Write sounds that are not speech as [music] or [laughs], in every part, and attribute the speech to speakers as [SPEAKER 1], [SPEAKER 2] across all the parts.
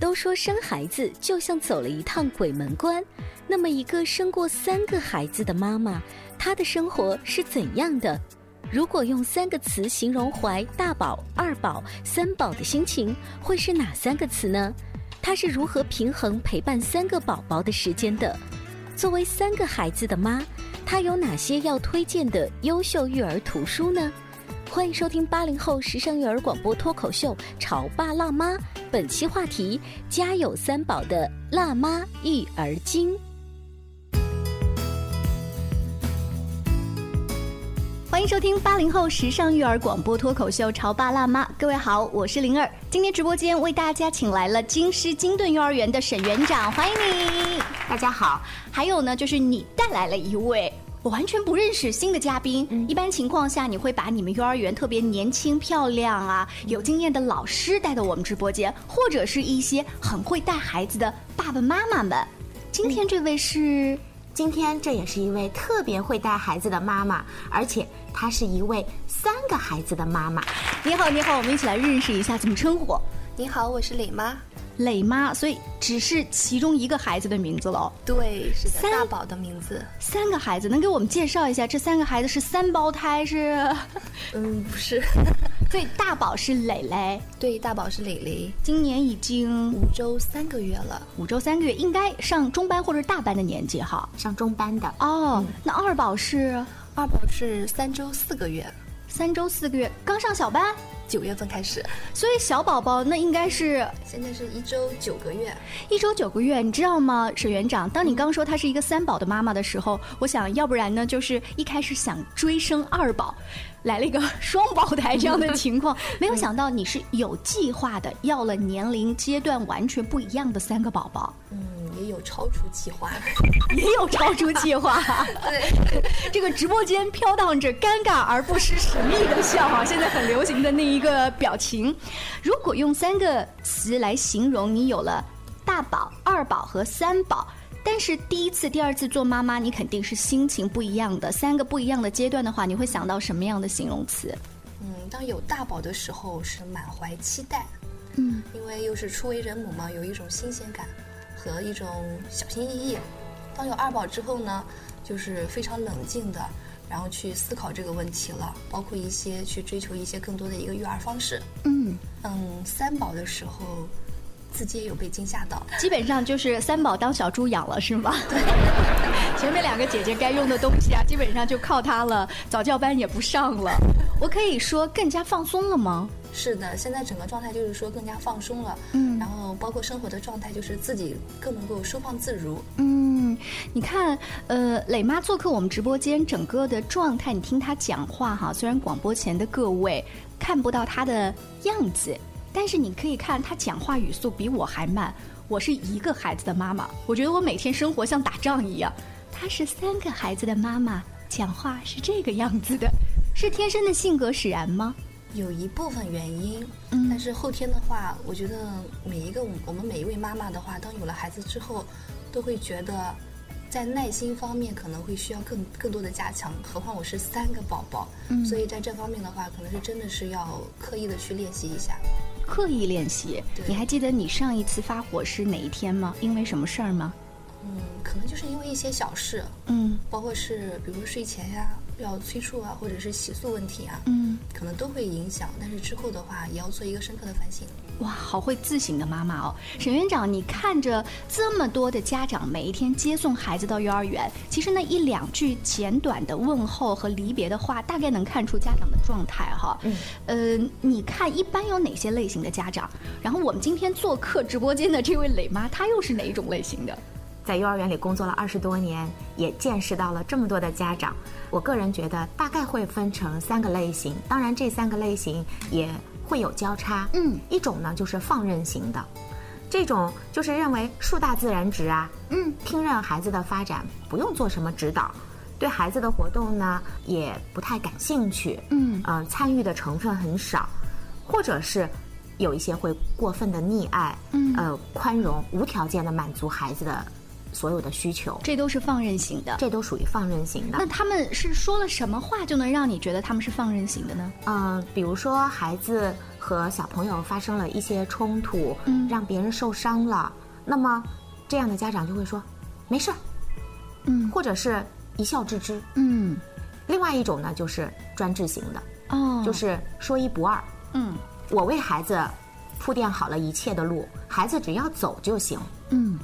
[SPEAKER 1] 都说生孩子就像走了一趟鬼门关，那么一个生过三个孩子的妈妈，她的生活是怎样的？如果用三个词形容怀大宝、二宝、三宝的心情，会是哪三个词呢？她是如何平衡陪伴三个宝宝的时间的？作为三个孩子的妈，她有哪些要推荐的优秀育儿图书呢？欢迎收听八零后时尚育儿广播脱口秀《潮爸辣妈》，本期话题：家有三宝的辣妈育儿经。
[SPEAKER 2] 欢迎收听八零后时尚育儿广播脱口秀《潮爸辣妈》，各位好，我是灵儿。今天直播间为大家请来了京师金盾幼儿园的沈园长，欢迎你！大家好。还有呢，就是你带来了一位我完全不认识新的嘉宾。一般情况下，你会把你们幼儿园特别年轻、漂亮啊、有经验的老师带到我们直播间，或者是一些很会带孩子的爸爸妈妈们。今天这位是。
[SPEAKER 3] 今天这也是一位特别会带孩子的妈妈，而且她是一位三个孩子的妈妈。
[SPEAKER 2] 你好，你好，我们一起来认识一下，怎么称呼？
[SPEAKER 4] 你好，我是李妈。
[SPEAKER 2] 磊妈，所以只是其中一个孩子的名字喽。
[SPEAKER 4] 对，是的，
[SPEAKER 2] 三
[SPEAKER 4] 大宝的名字。
[SPEAKER 2] 三个孩子，能给我们介绍一下这三个孩子是三胞胎是？
[SPEAKER 4] 嗯，不是。
[SPEAKER 2] 所以大宝是磊磊，
[SPEAKER 4] [laughs] 对，大宝是李黎，
[SPEAKER 2] 今年已经
[SPEAKER 4] 五周三个月了。
[SPEAKER 2] 五周三个月，应该上中班或者大班的年纪哈。
[SPEAKER 3] 上中班的，
[SPEAKER 2] 哦，那二宝是
[SPEAKER 4] 二宝是三周四个月，
[SPEAKER 2] 三周四个月，刚上小班，
[SPEAKER 4] 九月份开始，
[SPEAKER 2] 所以小宝宝那应该是
[SPEAKER 4] 现在是一周九个月。
[SPEAKER 2] 一周九个月，你知道吗，沈园长？当你刚说她是一个三宝的妈妈的时候，我想要不然呢，就是一开始想追生二宝，来了一个双胞胎这样的情况，没有想到你是有计划的，要了年龄阶段完全不一样的三个宝宝，
[SPEAKER 4] 嗯，也有超出计划。
[SPEAKER 2] 也有超出计划。
[SPEAKER 4] 对，
[SPEAKER 2] 这个直播间飘荡着尴尬而不失神秘的笑啊，现在很流行的那一个表情。如果用三个词来形容，你有了大宝、二宝和三宝。但是第一次、第二次做妈妈，你肯定是心情不一样的。三个不一样的阶段的话，你会想到什么样的形容词？
[SPEAKER 4] 嗯，当有大宝的时候是满怀期待，嗯，因为又是初为人母嘛，有一种新鲜感和一种小心翼翼。当有二宝之后呢，就是非常冷静的，然后去思考这个问题了，包括一些去追求一些更多的一个育儿方式。
[SPEAKER 2] 嗯，
[SPEAKER 4] 嗯，三宝的时候，自己也有被惊吓到。
[SPEAKER 2] 基本上就是三宝当小猪养了，是吗？ [laughs] 前面两个姐姐该用的东西啊，基本上就靠它了。早教班也不上了，我可以说更加放松了吗？
[SPEAKER 4] 是的，现在整个状态就是说更加放松了，
[SPEAKER 2] 嗯
[SPEAKER 4] 然后包括生活的状态就是自己更能够收放自如。
[SPEAKER 2] 嗯，你看，呃，磊妈做客我们直播间，整个的状态，你听她讲话哈，虽然广播前的各位看不到她的样子，但是你可以看她讲话语速比我还慢。我是一个孩子的妈妈，我觉得我每天生活像打仗一样。她是三个孩子的妈妈，讲话是这个样子的，是天生的性格使然吗？
[SPEAKER 4] 有一部分原因，
[SPEAKER 2] 嗯
[SPEAKER 4] 但是后天的话，我觉得每一个我我们每一位妈妈的话，当有了孩子之后，都会觉得在耐心方面可能会需要更更多的加强。何况我是三个宝宝，
[SPEAKER 2] 嗯
[SPEAKER 4] 所以在这方面的话，可能是真的是要刻意的去练习一下。
[SPEAKER 2] 刻意练习
[SPEAKER 4] 对。
[SPEAKER 2] 你还记得你上一次发火是哪一天吗？因为什么事儿吗？
[SPEAKER 4] 嗯，可能就是因为一些小事，
[SPEAKER 2] 嗯，
[SPEAKER 4] 包括是比如说睡前呀、要催促啊，或者是起诉问题啊，
[SPEAKER 2] 嗯，
[SPEAKER 4] 可能都会影响。但是之后的话，也要做一个深刻的反省。
[SPEAKER 2] 哇，好会自省的妈妈哦，沈院长，你看着这么多的家长每一天接送孩子到幼儿园，其实那一两句简短的问候和离别的话，大概能看出家长的状态哈、嗯，呃，你看一般有哪些类型的家长？然后我们今天做客直播间的这位磊妈，她又是哪一种类型的？
[SPEAKER 3] 在幼儿园里工作了二十多年，也见识到了这么多的家长。我个人觉得大概会分成三个类型，当然这三个类型也会有交叉。
[SPEAKER 2] 嗯，
[SPEAKER 3] 一种呢就是放任型的，这种就是认为树大自然直啊，
[SPEAKER 2] 嗯，
[SPEAKER 3] 听任孩子的发展，不用做什么指导，对孩子的活动呢也不太感兴趣。
[SPEAKER 2] 嗯
[SPEAKER 3] 嗯、参与的成分很少，或者是有一些会过分的溺爱，
[SPEAKER 2] 嗯
[SPEAKER 3] 呃，宽容，无条件的满足孩子的所有的需求，
[SPEAKER 2] 这都是放任型的。
[SPEAKER 3] 这都属于放任型的
[SPEAKER 2] 那。他们是说了什么话就能让你觉得他们是放任型的呢？
[SPEAKER 3] 嗯、比如说孩子和小朋友发生了一些冲突，
[SPEAKER 2] 嗯
[SPEAKER 3] 让别人受伤了，那么这样的家长就会说没事儿，
[SPEAKER 2] 嗯
[SPEAKER 3] 或者是一笑置之。
[SPEAKER 2] 嗯
[SPEAKER 3] 另外一种呢，就是专制型的，
[SPEAKER 2] 哦，
[SPEAKER 3] 就是说一不二。
[SPEAKER 2] 嗯
[SPEAKER 3] 我为孩子铺垫好了一切的路，孩子只要走就行。
[SPEAKER 2] 嗯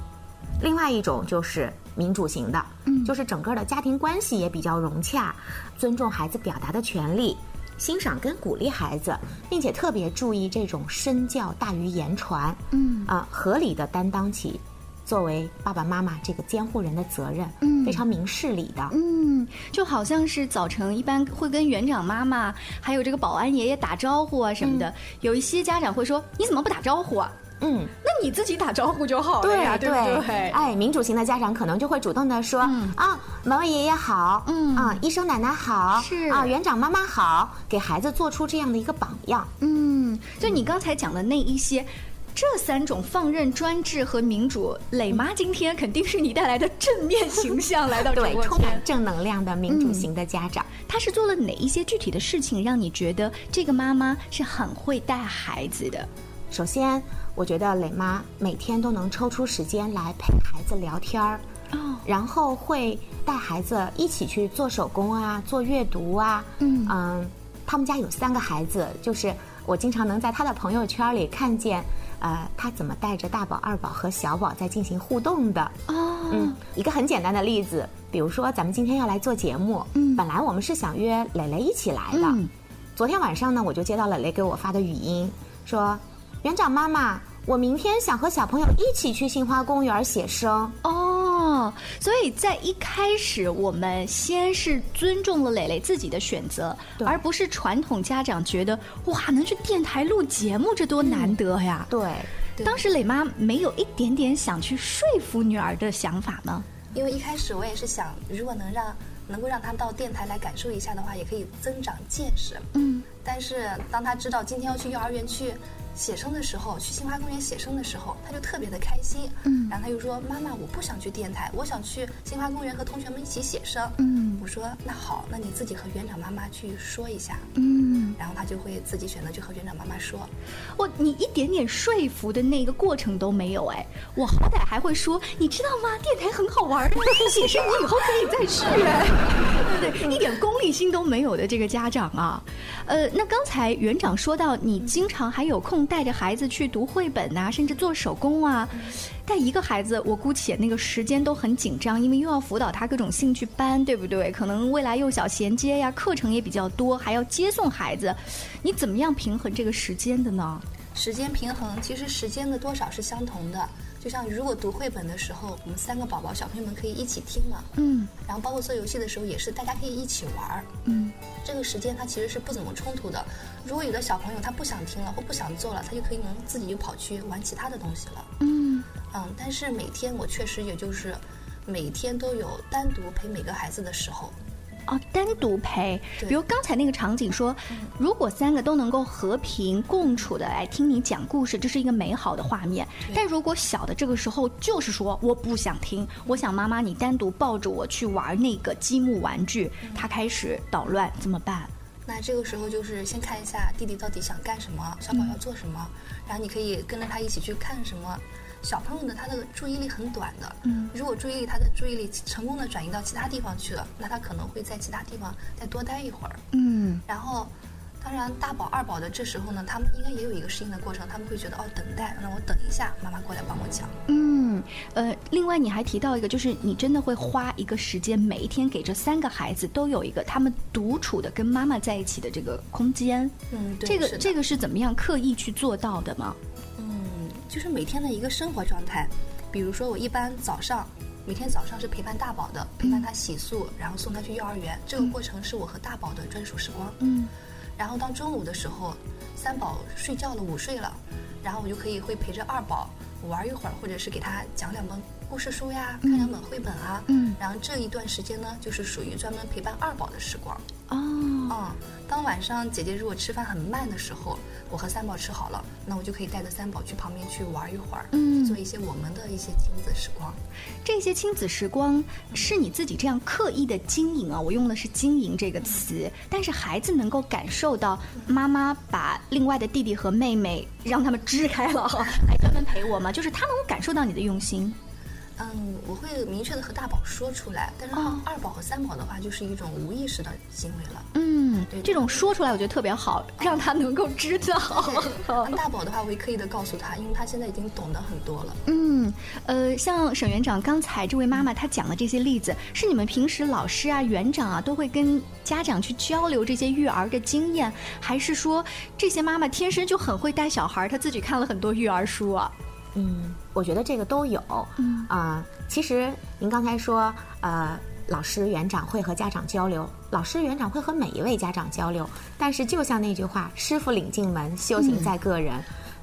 [SPEAKER 3] 另外一种就是民主型的，
[SPEAKER 2] 嗯
[SPEAKER 3] 就是整个的家庭关系也比较融洽，尊重孩子表达的权利，欣赏跟鼓励孩子，并且特别注意这种身教大于言传，
[SPEAKER 2] 嗯
[SPEAKER 3] 啊、合理的担当起作为爸爸妈妈这个监护人的责任，
[SPEAKER 2] 嗯
[SPEAKER 3] 非常明事理的，
[SPEAKER 2] 嗯，就好像是早晨一般会跟园长妈妈还有这个保安爷爷打招呼啊什么的，有一些家长会说你怎么不打招呼啊？
[SPEAKER 3] 嗯。
[SPEAKER 2] 那你自己打招呼就好了呀，对啊不对？
[SPEAKER 3] 哎，民主型的家长可能就会主动的说、
[SPEAKER 2] 嗯
[SPEAKER 3] 啊，毛毛爷爷好，
[SPEAKER 2] 嗯
[SPEAKER 3] 啊，医生奶奶好，
[SPEAKER 2] 是
[SPEAKER 3] 啊，园长妈妈好，给孩子做出这样的一个榜样。
[SPEAKER 2] 嗯，就你刚才讲的那一些。这三种放任、专制和民主，磊妈今天肯定是你带来的正面形象来到直
[SPEAKER 3] [laughs] 对，
[SPEAKER 2] 播
[SPEAKER 3] 充
[SPEAKER 2] 间
[SPEAKER 3] 满。正能量的民主型的家长，
[SPEAKER 2] 她是做了哪一些具体的事情，让你觉得这个妈妈是很会带孩子的？
[SPEAKER 3] 首先，我觉得磊妈每天都能抽出时间来陪孩子聊天儿，
[SPEAKER 2] 哦，
[SPEAKER 3] 然后会带孩子一起去做手工啊，做阅读啊，
[SPEAKER 2] 嗯
[SPEAKER 3] 他们家有三个孩子，就是我经常能在他的朋友圈里看见，呃，他怎么带着大宝、二宝和小宝在进行互动的。
[SPEAKER 2] 哦，
[SPEAKER 3] 嗯，一个很简单的例子，比如说咱们今天要来做节目，
[SPEAKER 2] 嗯
[SPEAKER 3] 本来我们是想约蕾蕾一起来的，
[SPEAKER 2] 嗯
[SPEAKER 3] 昨天晚上呢，我就接到蕾蕾给我发的语音，说：“园长妈妈，我明天想和小朋友一起去杏花公园写生。
[SPEAKER 2] 哦，所以在一开始，我们先是尊重了磊磊自己的选择，
[SPEAKER 3] 对
[SPEAKER 2] 而不是传统家长觉得哇，能去电台录节目，这多难得呀”！
[SPEAKER 3] 嗯对，
[SPEAKER 4] 对
[SPEAKER 2] 当时磊妈没有一点点想去说服女儿的想法吗？
[SPEAKER 4] 因为一开始我也是想，如果能让能够让他到电台来感受一下的话，也可以增长见识。
[SPEAKER 2] 嗯
[SPEAKER 4] 但是当他知道今天要去幼儿园去写生的时候，去杏花公园写生的时候，他就特别的开心。
[SPEAKER 2] 嗯
[SPEAKER 4] 然后他就说：“妈妈，我不想去电台，我想去杏花公园和同学们一起写生。”
[SPEAKER 2] 嗯
[SPEAKER 4] 我说：“那好，那你自己和园长妈妈去说一下。
[SPEAKER 2] 嗯，”
[SPEAKER 4] 然后他就会自己选择去和园长妈妈说。
[SPEAKER 2] 我你一点点说服的那个过程都没有哎，我好歹还会说，你知道吗？电台很好玩儿啊，写生你以后可以再去哎， [laughs] 对不对？一点功利心都没有的这个家长啊，呃，那刚才园长说到，你经常还有空带着孩子去读绘本呐、甚至做手工啊。带一个孩子，我姑且那个时间都很紧张，因为又要辅导他各种兴趣班，对不对？可能未来幼小衔接呀，课程也比较多，还要接送孩子，你怎么样平衡这个时间的呢？
[SPEAKER 4] 时间平衡，其实时间的多少是相同的。就像如果读绘本的时候，我们三个宝宝小朋友们可以一起听嘛，
[SPEAKER 2] 嗯
[SPEAKER 4] 然后包括做游戏的时候也是，大家可以一起玩儿。
[SPEAKER 2] 嗯
[SPEAKER 4] 这个时间它其实是不怎么冲突的。如果有的小朋友他不想听了或不想做了，他就可以能自己就跑去玩其他的东西了。
[SPEAKER 2] 嗯
[SPEAKER 4] 嗯，但是每天我确实也就是每天都有单独陪每个孩子的时候。
[SPEAKER 2] 哦，单独陪，
[SPEAKER 4] 对
[SPEAKER 2] 比如刚才那个场景说，如果三个都能够和平共处的来听你讲故事，这是一个美好的画面。但如果小的这个时候就是说我不想听，我想妈妈你单独抱着我去玩那个积木玩具，他开始捣乱怎么办？
[SPEAKER 4] 那这个时候就是先看一嗯下弟弟到底想干什么，小宝要做什么，然后你可以跟着他一起去看什么。小朋友呢，他的注意力很短的，
[SPEAKER 2] 嗯
[SPEAKER 4] 如果注意力他的注意力成功的转移到其他地方去了，那他可能会在其他地方再多待一会儿。
[SPEAKER 2] 嗯
[SPEAKER 4] 然后，当然大宝、二宝的这时候呢，他们应该也有一个适应的过程，他们会觉得哦，等待，那我等一下，妈妈过来帮我讲。
[SPEAKER 2] 嗯，呃，另外你还提到一个，就是你真的会花一个时间，每一天给这三个孩子都有一个他们独处的跟妈妈在一起的这个空间。
[SPEAKER 4] 嗯，对，
[SPEAKER 2] 这
[SPEAKER 4] 是
[SPEAKER 2] 个
[SPEAKER 4] 的
[SPEAKER 2] 这个是怎么样刻意去做到的吗？
[SPEAKER 4] 嗯，就是每天的一个生活状态。比如说，我一般早上，每天早上是陪伴大宝的，陪伴他洗漱，然后送他去幼儿园，这个过程是我和大宝的专属时光。
[SPEAKER 2] 嗯
[SPEAKER 4] 然后到中午的时候，三宝睡觉了，午睡了，然后我就可以会陪着二宝玩一会儿，或者是给他讲两本故事书呀，看两本绘本啊。
[SPEAKER 2] 嗯
[SPEAKER 4] 然后这一段时间呢，就是属于专门陪伴二宝的时光。
[SPEAKER 2] 哦
[SPEAKER 4] 嗯，当晚上姐姐如果吃饭很慢的时候，我和三宝吃好了，那我就可以带着三宝去旁边去玩一会儿，
[SPEAKER 2] 嗯
[SPEAKER 4] 做一些我们的一些亲子时光。
[SPEAKER 2] 这些亲子时光是你自己这样刻意的经营啊，我用的是“经营”这个词，但是孩子能够感受到妈妈把另外的弟弟和妹妹让他们支开
[SPEAKER 4] [laughs]
[SPEAKER 2] 了，还专门陪我吗？就是他能够感受到你的用心。
[SPEAKER 4] 嗯，我会明确的和大宝说出来，但是二
[SPEAKER 2] 哦
[SPEAKER 4] 二宝和三宝的话，就是一种无意识的行为了。
[SPEAKER 2] 嗯
[SPEAKER 4] 对，的
[SPEAKER 2] 这种说出来我觉得特别好，让他能够知道。
[SPEAKER 4] 那大宝的话，我会刻意的告诉他，因为他现在已经懂得很多了。
[SPEAKER 2] 嗯，呃，像沈园长刚才这位妈妈她讲的这些例子，是你们平时老师啊、园长啊都会跟家长去交流这些育儿的经验，还是说这些妈妈天生就很会带小孩儿，她自己看了很多育儿书啊？
[SPEAKER 3] 嗯，我觉得这个都有。
[SPEAKER 2] 嗯
[SPEAKER 3] 啊、其实您刚才说，呃，老师、园长会和家长交流，老师、园长会和每一位家长交流。但是，就像那句话“师傅领进门，修行在个人”，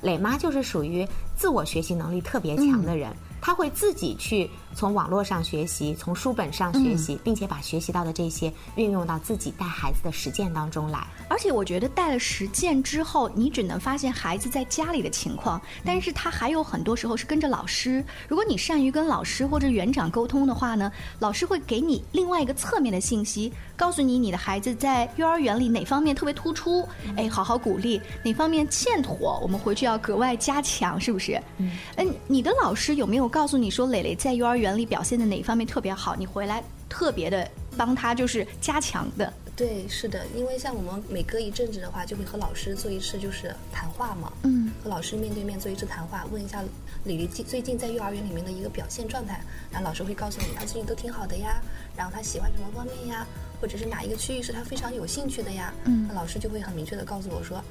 [SPEAKER 3] 磊妈就是属于自我学习能力特别强的人，她会自己去从网络上学习，从书本上学习，并且把学习到的这些运用到自己带孩子的实践当中来。
[SPEAKER 2] 而且我觉得带了实践之后，你只能发现孩子在家里的情况，但是他还有很多时候是跟着老师。如果你善于跟老师或者园长沟通的话呢，老师会给你另外一个侧面的信息，告诉你你的孩子在幼儿园里哪方面特别突出，哎，好好鼓励；哪方面欠妥，我们回去要格外加强，是不是？嗯，哎，你的老师有没有告诉你说，磊磊在幼儿园里表现的哪一方面特别好？你回来特别的帮他就是加强的。
[SPEAKER 4] 对，是的，因为像我们每隔一阵子的话，就会和老师做一次就是谈话嘛，
[SPEAKER 2] 嗯，
[SPEAKER 4] 和老师面对面做一次谈话，问一下李黎最近在幼儿园里面的一个表现状态，然后老师会告诉你他最近都挺好的呀，然后他喜欢什么方面呀，或者是哪一个区域是他非常有兴趣的呀，嗯，那老师就会很明确的告诉我说，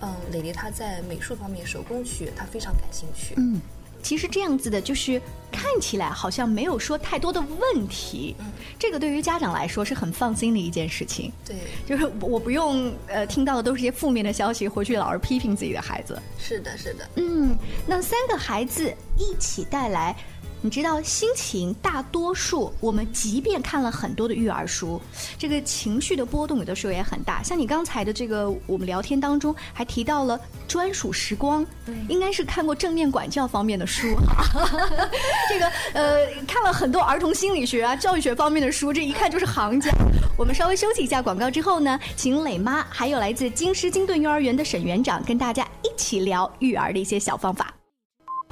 [SPEAKER 4] 嗯，李黎她在美术方面手工区她非常感兴趣，
[SPEAKER 2] 嗯，其实这样子的，就是看起来好像没有说太多的问题，这个对于家长来说是很放心的一件事情。
[SPEAKER 4] 对，
[SPEAKER 2] 就是我我不用呃听到的都是些负面的消息，回去老是批评自己的孩子。
[SPEAKER 4] 是的，是的，
[SPEAKER 2] 嗯，那三个孩子一起带来，你知道心情，大多数我们即便看了很多的育儿书，这个情绪的波动有的时候也很大。像你刚才的这个，我们聊天当中还提到了专属时光，应该是看过正面管教方面的书哈。这个呃，看了很多儿童心理学啊、教育学方面的书，这一看就是行家。我们稍微休息一下广告之后呢，请磊妈还有来自京师金盾幼儿园的沈园长跟大家一起聊育儿的一些小方法。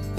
[SPEAKER 1] “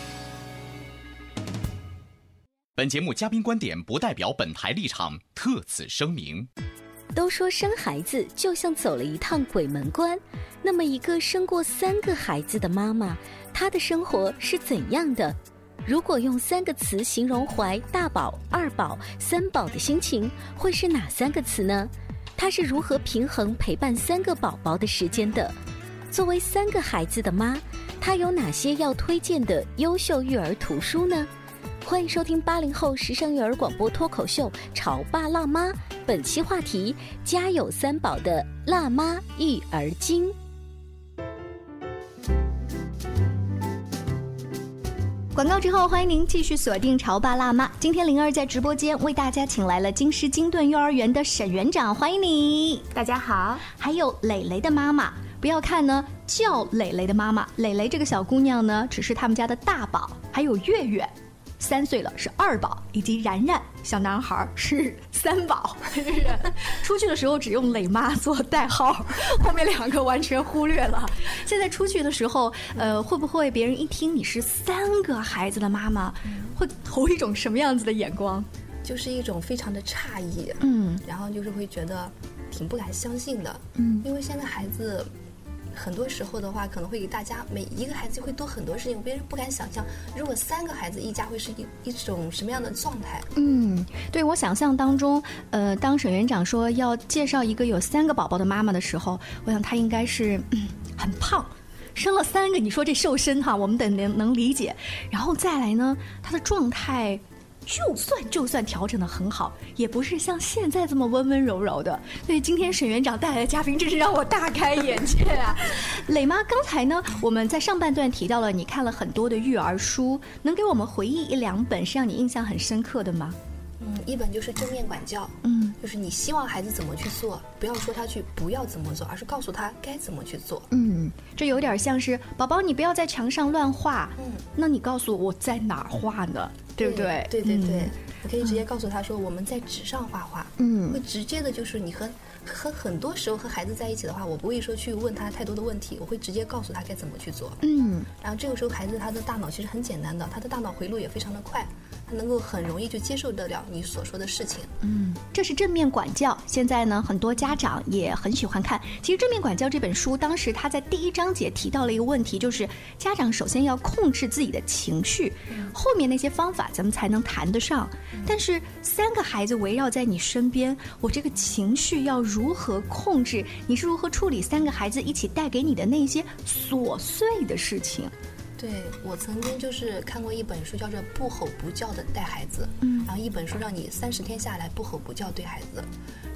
[SPEAKER 5] 本节目嘉宾观点不代表本台立场，特此声明。
[SPEAKER 1] 都说生孩子就像走了一趟鬼门关，那么一个生过三个孩子的妈妈，她的生活是怎样的？如果用三个词形容怀大宝、二宝、三宝的心情，会是哪三个词呢？她是如何平衡陪伴三个宝宝的时间的？作为三个孩子的妈，她有哪些要推荐的优秀育儿图书呢？欢迎收听八零后时尚育儿广播脱口秀《潮爸辣妈》，本期话题：家有三宝的辣妈育儿经。
[SPEAKER 2] 广告之后，欢迎您继续锁定《潮爸辣妈》。今天灵儿在直播间为大家请来了京师金盾幼儿园的沈园长，欢迎你！
[SPEAKER 3] 大家好。
[SPEAKER 2] 还有磊磊的妈妈，不要看呢，叫磊磊的妈妈，磊磊这个小姑娘呢，只是他们家的大宝，还有月月。三岁了是二宝，以及然然小男孩是三宝。 [laughs] 出去的时候只用磊妈做代号，后面两个完全忽略了。现在出去的时候，呃，会不会别人一听你是三个孩子的妈妈，会投一种什么样子的眼光？
[SPEAKER 4] 就是一种非常的诧异，
[SPEAKER 2] 嗯，
[SPEAKER 4] 然后就是会觉得挺不敢相信的，
[SPEAKER 2] 嗯
[SPEAKER 4] 因为现在孩子很多时候的话，可能会给大家每一个孩子会多很多事情，别人不敢想象，如果三个孩子一家会是一一种什么样的状态？
[SPEAKER 2] 嗯，对我想象当中，呃，当沈园长说要介绍一个有三个宝宝的妈妈的时候，我想她应该是、嗯、很胖，生了三个，你说这瘦身哈，我们得能能理解。然后再来呢，她的状态。就算就算调整的很好，也不是像现在这么温温柔柔的。所以今天沈园长带来的嘉宾真是让我大开眼界啊！磊妈，刚才呢我们在上半段提到了你看了很多的育儿书，能给我们回忆一两本是让你印象很深刻的吗？
[SPEAKER 4] 嗯，一本就是正面管教，
[SPEAKER 2] 嗯，
[SPEAKER 4] 就是你希望孩子怎么去做，不要说他去不要怎么做，而是告诉他该怎么去做。
[SPEAKER 2] 嗯，这有点像是宝宝，你不要在墙上乱画。
[SPEAKER 4] 嗯，
[SPEAKER 2] 那你告诉我我在哪儿画呢？对不对？
[SPEAKER 4] 对对对，
[SPEAKER 2] 嗯
[SPEAKER 4] 你可以直接告诉他说，我们在纸上画画。
[SPEAKER 2] 嗯
[SPEAKER 4] 会直接的就是你和和很多时候和孩子在一起的话，我不会说去问他太多的问题，我会直接告诉他该怎么去做。
[SPEAKER 2] 嗯
[SPEAKER 4] 然后这个时候孩子他的大脑其实很简单的，他的大脑回路也非常的快，他能够很容易就接受得了你所说的事情。
[SPEAKER 2] 嗯，这是正面管教。现在呢，很多家长也很喜欢看。其实《正面管教》这本书，当时他在第一章节提到了一个问题，就是家长首先要控制自己的情绪，后面那些方法咱们才能谈得上。但是三个孩子围绕在你身边，我这个情绪要如何控制？你是如何处理三个孩子一起带给你的那些琐碎的事情？
[SPEAKER 4] 对我曾经就是看过一本书，叫做《不吼不叫的带孩子》，
[SPEAKER 2] 嗯
[SPEAKER 4] 然后一本书让你三十天下来不吼不叫对孩子，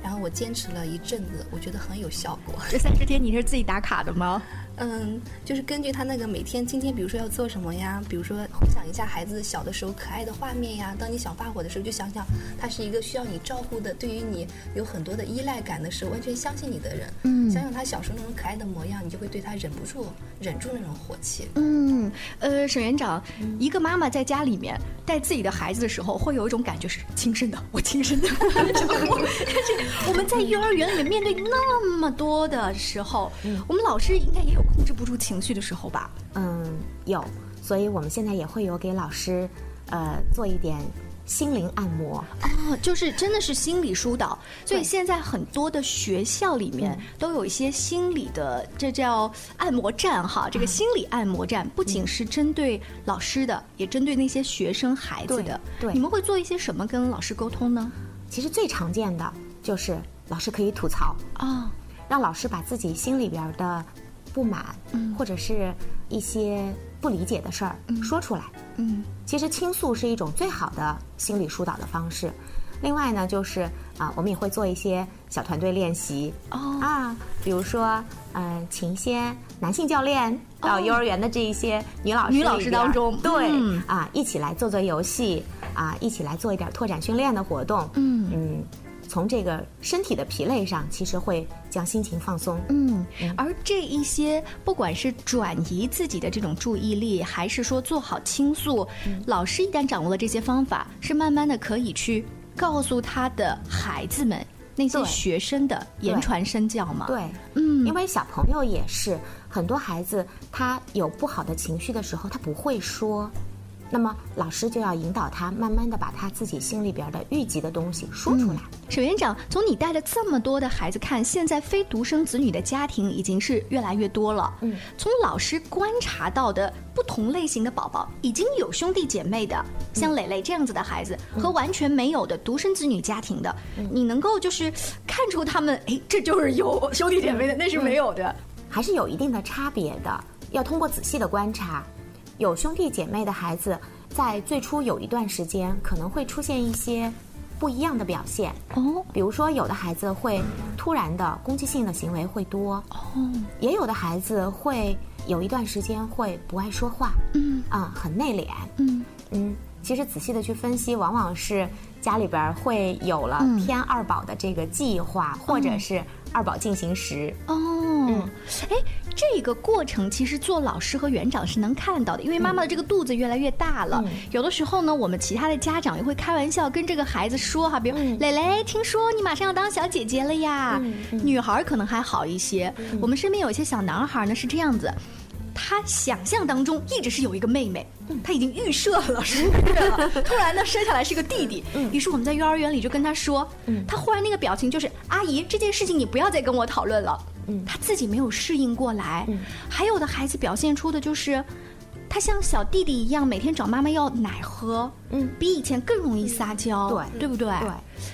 [SPEAKER 4] 然后我坚持了一阵子，我觉得很有效果。
[SPEAKER 2] 这三十天你是自己打卡的吗？
[SPEAKER 4] 嗯，就是根据他那个每天今天，比如说要做什么呀，比如说回想一下孩子小的时候可爱的画面呀。当你想发火的时候，就想想他是一个需要你照顾的，对于你有很多的依赖感的时候，完全相信你的人。
[SPEAKER 2] 嗯
[SPEAKER 4] 想想他小时候那种可爱的模样，你就会对他忍不住忍住那种火气。
[SPEAKER 2] 嗯，呃，沈园长，一个妈妈在家里面带自己的孩子的时候，会有一种感觉是亲生的，我亲生的。 [laughs] 我们在幼儿园里面面对那么多的时候，我们老师应该也有控制不住情绪的时候吧？
[SPEAKER 3] 嗯，有，所以我们现在也会有给老师，呃，做一点心灵按摩。
[SPEAKER 2] 啊，就是真的是心理疏导，所以现在很多的学校里面
[SPEAKER 3] 嗯
[SPEAKER 2] 都有一些心理的，这叫按摩站
[SPEAKER 3] 嗯
[SPEAKER 2] 哈。这个心理按摩站不仅是针对老师的，也针对那些学生孩子的。
[SPEAKER 3] 对对
[SPEAKER 2] 你们会做一些什么跟老师沟通呢？
[SPEAKER 3] 其实最常见的就是老师可以吐槽，
[SPEAKER 2] 啊，
[SPEAKER 3] 让老师把自己心里边儿的不满，
[SPEAKER 2] 嗯
[SPEAKER 3] 或者是一些不理解的事儿、说出来。
[SPEAKER 2] 嗯
[SPEAKER 3] 其实倾诉是一种最好的心理疏导的方式。另外呢，就是啊、我们也会做一些小团队练习
[SPEAKER 2] 哦
[SPEAKER 3] 啊，比如说，嗯、请一些男性教练到幼儿园的这一些女老师
[SPEAKER 2] 哦女老师
[SPEAKER 3] 里边儿
[SPEAKER 2] 当中
[SPEAKER 3] 对、
[SPEAKER 2] 嗯
[SPEAKER 3] 啊，一起来做做游戏啊，一起来做一点拓展训练的活动，
[SPEAKER 2] 嗯
[SPEAKER 3] 嗯，从这个身体的疲累上，其实会将心情放松，
[SPEAKER 2] 嗯，而这一些不管是转移自己的这种注意力，还是说做好倾诉，
[SPEAKER 3] 嗯
[SPEAKER 2] 老师一旦掌握了这些方法，是慢慢的可以去告诉他的孩子们那些
[SPEAKER 3] 对
[SPEAKER 2] 学生的言传身教嘛。，
[SPEAKER 3] 对，
[SPEAKER 2] 嗯，
[SPEAKER 3] 因为小朋友也是很多孩子，他有不好的情绪的时候，他不会说，那么老师就要引导他，慢慢的把他自己心里边的郁结的东西说出来。
[SPEAKER 2] 沈园长，从你带着这么多的孩子看，现在非独生子女的家庭已经是越来越多了。嗯，从老师观察到的不同类型的宝宝，已经有兄弟姐妹的，像磊磊这样子的孩子，和完全没有的独生子女家庭的，你能够就是看出他们，哎，这就是有兄弟姐妹的，那是没有的。
[SPEAKER 3] 还是有一定的差别的，要通过仔细的观察。有兄弟姐妹的孩子，在最初有一段时间可能会出现一些不一样的表现
[SPEAKER 2] 哦，
[SPEAKER 3] 比如说有的孩子会突然的攻击性的行为会多
[SPEAKER 2] 哦，
[SPEAKER 3] 也有的孩子会有一段时间会不爱说话，
[SPEAKER 2] 嗯
[SPEAKER 3] 啊、很内敛，
[SPEAKER 2] 嗯
[SPEAKER 3] 嗯。其实仔细的去分析，往往是家里边儿会有了
[SPEAKER 2] 嗯
[SPEAKER 3] 添二宝的这个计划，或者
[SPEAKER 2] 哦
[SPEAKER 3] 是二宝进行时。
[SPEAKER 2] 哦，
[SPEAKER 3] 嗯
[SPEAKER 2] 哎、这个过程其实做老师和园长是能看到的，因为妈妈的这个肚子越来越大了。
[SPEAKER 3] 嗯
[SPEAKER 2] 有的时候呢，我们其他的家长也会开玩笑跟这个孩子说哈，比如、
[SPEAKER 3] 嗯
[SPEAKER 2] 蕾蕾，听说你马上要当小姐姐了呀。
[SPEAKER 3] 嗯嗯
[SPEAKER 2] 女孩儿可能还好一些，我们身边有一些小男孩儿呢是这样子。他想象当中一直是有一个妹妹，
[SPEAKER 3] 嗯
[SPEAKER 2] 他已经预设了，
[SPEAKER 3] [laughs]
[SPEAKER 2] 是不是了？突然呢，生下来是个弟弟。
[SPEAKER 3] 嗯
[SPEAKER 2] 于是我们在幼儿园里就跟他说，他忽然那个表情就是：“阿姨，这件事情你不要再跟我讨论了。”
[SPEAKER 3] 嗯
[SPEAKER 2] 他自己没有适应过来。还有的孩子表现出的就是，他像小弟弟一样，每天找妈妈要奶喝，
[SPEAKER 3] 嗯
[SPEAKER 2] 比以前更容易撒娇，
[SPEAKER 3] 对
[SPEAKER 2] 对不对？嗯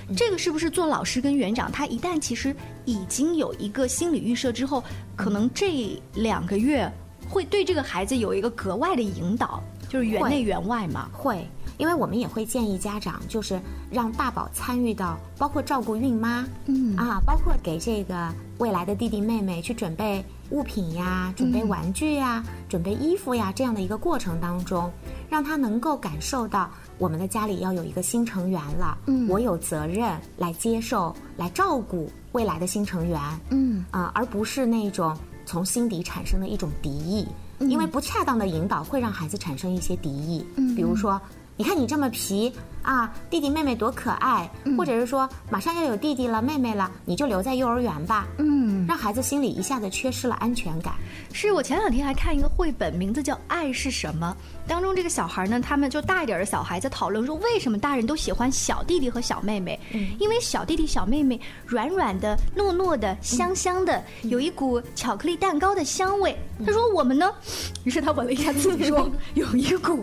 [SPEAKER 3] 对，
[SPEAKER 2] 这个是不是做老师跟园长，他一旦其实已经有一个心理预设之后，可能这两个月会对这个孩子有一个格外的引导，就是园
[SPEAKER 3] 会
[SPEAKER 2] 内园外嘛。
[SPEAKER 3] 会，因为我们也会建议家长，就是让大宝参与到，包括照顾孕妈，
[SPEAKER 2] 嗯
[SPEAKER 3] 啊，包括给这个未来的弟弟妹妹去准备物品呀、准备玩具呀、准备衣服呀这样的一个过程当中，让他能够感受到我们的家里要有一个新成员了，
[SPEAKER 2] 嗯
[SPEAKER 3] 我有责任来接受、来照顾未来的新成员，
[SPEAKER 2] 嗯
[SPEAKER 3] 啊、而不是那种从心底产生的一种敌意，因为不恰当的引导会让孩子产生一些敌意，
[SPEAKER 2] 嗯
[SPEAKER 3] 比如说。你看你这么皮啊，弟弟妹妹多可爱，
[SPEAKER 2] 嗯
[SPEAKER 3] 或者是说马上要有弟弟了、妹妹了，你就留在幼儿园吧，
[SPEAKER 2] 嗯，
[SPEAKER 3] 让孩子心里一下子缺失了安全感。
[SPEAKER 2] 是我前两天还看一个绘本，名字叫《爱是什么》，当中这个小孩呢，他们就大一点的小孩在讨论说，为什么大人都喜欢小弟弟和小妹妹？因为小弟弟小妹妹软软的、糯糯的、香香的，有一股巧克力蛋糕的香味。他说我们呢， [laughs] 于是他闻了一下自己说，有一股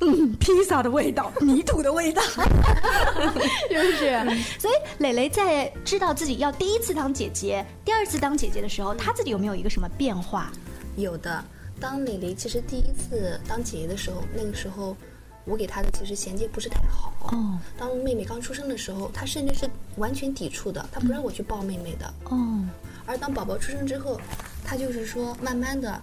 [SPEAKER 2] 嗯披萨的味道，泥土的味道。 [laughs] 是不是？所以蕾蕾在知道自己要第一次当姐姐、第二次当姐姐的时候，她自己有没有一个什么变化？
[SPEAKER 4] 有的，当蕾蕾其实第一次当姐姐的时候，那个时候我给她的其实衔接不是太好。
[SPEAKER 2] 哦
[SPEAKER 4] 当妹妹刚出生的时候，她甚至是完全抵触的，她不让我去抱妹妹的。
[SPEAKER 2] 哦，
[SPEAKER 4] 而当宝宝出生之后，她就是说，慢慢的。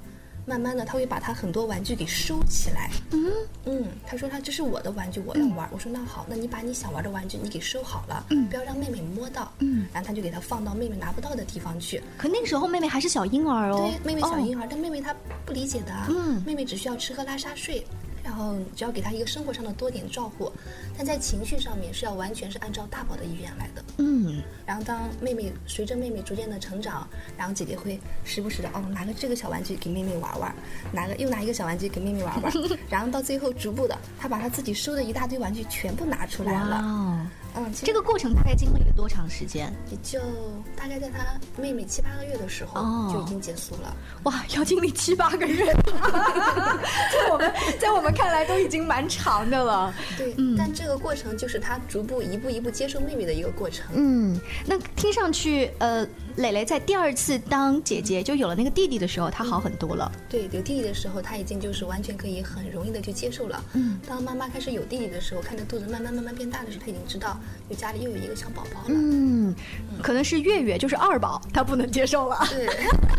[SPEAKER 4] 慢慢的，她会把她很多玩具给收起来。嗯嗯，她说她这是我的玩具，我要玩。我说那好，那你把你想玩的玩具你给收好了，不要让妹妹摸到。嗯，然后她就给她放到妹妹拿不到的地方去。
[SPEAKER 2] 可那个时候妹妹还是小婴儿哦，
[SPEAKER 4] 对，妹妹小
[SPEAKER 2] 儿、
[SPEAKER 4] 婴儿，但妹妹她不理解的啊。
[SPEAKER 2] 嗯
[SPEAKER 4] 妹妹只需要吃喝拉撒睡，然后只要给她一个生活上的多点照顾，但在情绪上面是要完全是按照大宝的意愿来的。
[SPEAKER 2] 嗯，
[SPEAKER 4] 然后当妹妹随着妹妹逐渐的成长，然后姐姐会时不时的哦拿个这个小玩具给妹妹玩玩，拿个又拿一个小玩具给妹妹
[SPEAKER 2] [laughs]
[SPEAKER 4] 玩玩，然后到最后逐步的，她把她自己收的一大堆玩具全部拿出来
[SPEAKER 2] 哇
[SPEAKER 4] 了。
[SPEAKER 2] 哦，
[SPEAKER 4] 嗯，其实
[SPEAKER 2] 这个过程大概经历了多长时间？
[SPEAKER 4] 也就大概在她妹妹七八个月的时
[SPEAKER 2] 哦
[SPEAKER 4] 候就已经结束了。
[SPEAKER 2] 哇，要经历七八个 [laughs] 月，在我们在我们看来都已经蛮长的了。
[SPEAKER 4] 对，
[SPEAKER 2] 嗯
[SPEAKER 4] 但这个过程就是他逐步一步一步接受妹妹的一个过程。
[SPEAKER 2] 嗯，那听上去，呃，蕾蕾在第二次当姐姐，就有了那个弟弟的时候，她好很多了。
[SPEAKER 4] 对，有弟弟的时候，他已经就是完全可以很容易的去接受了。
[SPEAKER 2] 嗯，
[SPEAKER 4] 当妈妈开始有弟弟的时候，看着肚子慢慢慢慢变大的时候，他已经知道有家里又有一个小宝宝了。
[SPEAKER 2] 嗯，可能是月月就是二宝，她不能接受了。
[SPEAKER 4] 对，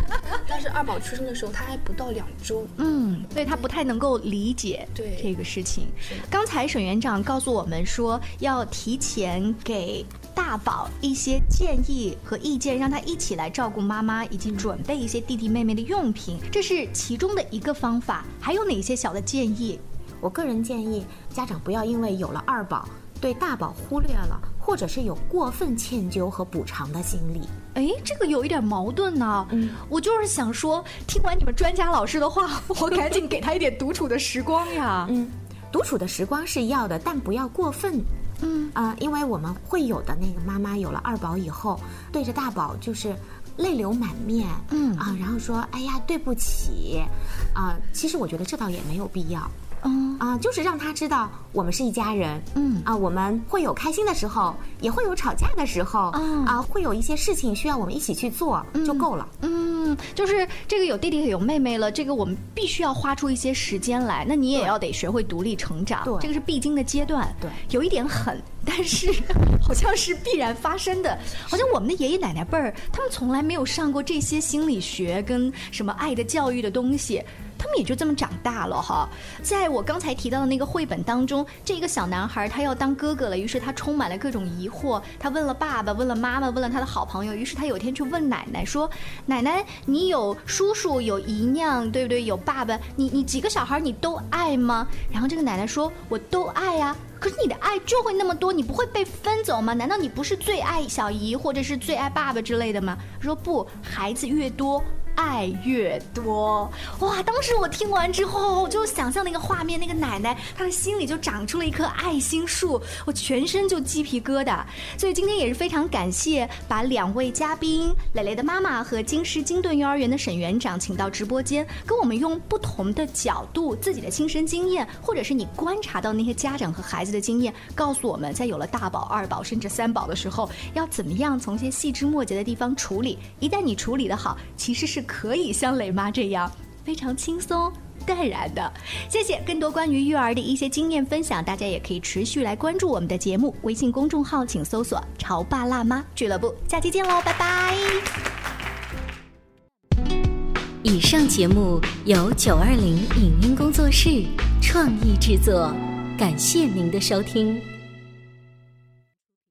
[SPEAKER 4] [laughs] 但是二宝出生的时候，他还不到两周。
[SPEAKER 2] 嗯，所以她不太能够理解
[SPEAKER 4] 对
[SPEAKER 2] 这个事情
[SPEAKER 4] 是的。
[SPEAKER 2] 刚才沈园长告诉我们说，要提前给大宝一些建议和意见，让他一起来照顾妈妈，以及准备一些弟弟妹妹的用品，这是其中的一个方法。还有哪些小的建议？
[SPEAKER 3] 我个人建议家长不要因为有了二宝，对大宝忽略了，或者是有过分歉疚和补偿的心理。
[SPEAKER 2] 哎，这个有一点矛盾呢、我就是想说，听完你们专家老师的话，我赶紧给他一点独处的时光呀。
[SPEAKER 3] 嗯，独处的时光是要的，但不要过分。嗯啊、因为我们会有的那个妈妈有了二宝以后，对着大宝就是泪流满面，嗯啊，然后说哎呀对不起，啊，其实我觉得这倒也没有必要。嗯啊，就是让他知道我们是一家人。嗯啊，我们会有开心的时候，也会有吵架的时候。啊，会有一些事情需要我们一起去做，就够了。
[SPEAKER 2] 嗯，就是这个有弟弟有妹妹了，这个我们必须要花出一些时间来。那你也要得学会独立成长，
[SPEAKER 3] 对
[SPEAKER 2] 这个是必经的阶段。
[SPEAKER 3] 对，
[SPEAKER 2] 有一点狠，但是好像是必然发生的。好像我们的爷爷奶奶辈儿，他们从来没有上过这些心理学跟什么爱的教育的东西。他们也就这么长大了哈。在我刚才提到的那个绘本当中，这个小男孩他要当哥哥了，于是他充满了各种疑惑。他问了爸爸，问了妈妈，问了他的好朋友。于是他有一天去问奶奶说：“奶奶，你有叔叔，有姨娘，对不对？有爸爸，你你几个小孩你都爱吗？”然后这个奶奶说：“我都爱呀、可是你的爱就会那么多，你不会被分走吗？难道你不是最爱小姨或者是最爱爸爸之类的吗？他说不，孩子越多。爱越多，哇！当时我听完之后，我就想象那个画面，那个奶奶她的心里就长出了一棵爱心树，我全身就鸡皮疙瘩。所以今天也是非常感谢把两位嘉宾蕾蕾的妈妈和京师金顿幼儿园的沈园长请到直播间，跟我们用不同的角度、自己的亲身经验，或者是你观察到那些家长和孩子的经验，告诉我们在有了大宝、二宝甚至三宝的时候，要怎么样从一些细枝末节的地方处理。一旦你处理得好，其实是可以像磊妈这样非常轻松。淡然的，谢谢。更多关于育儿的一些经验分享，大家也可以持续来关注我们的节目。微信公众号请搜索“潮爸辣妈俱乐部”。下期见喽，拜拜。
[SPEAKER 1] 以上节目由九二零影音工作室创意制作，感谢您的收听。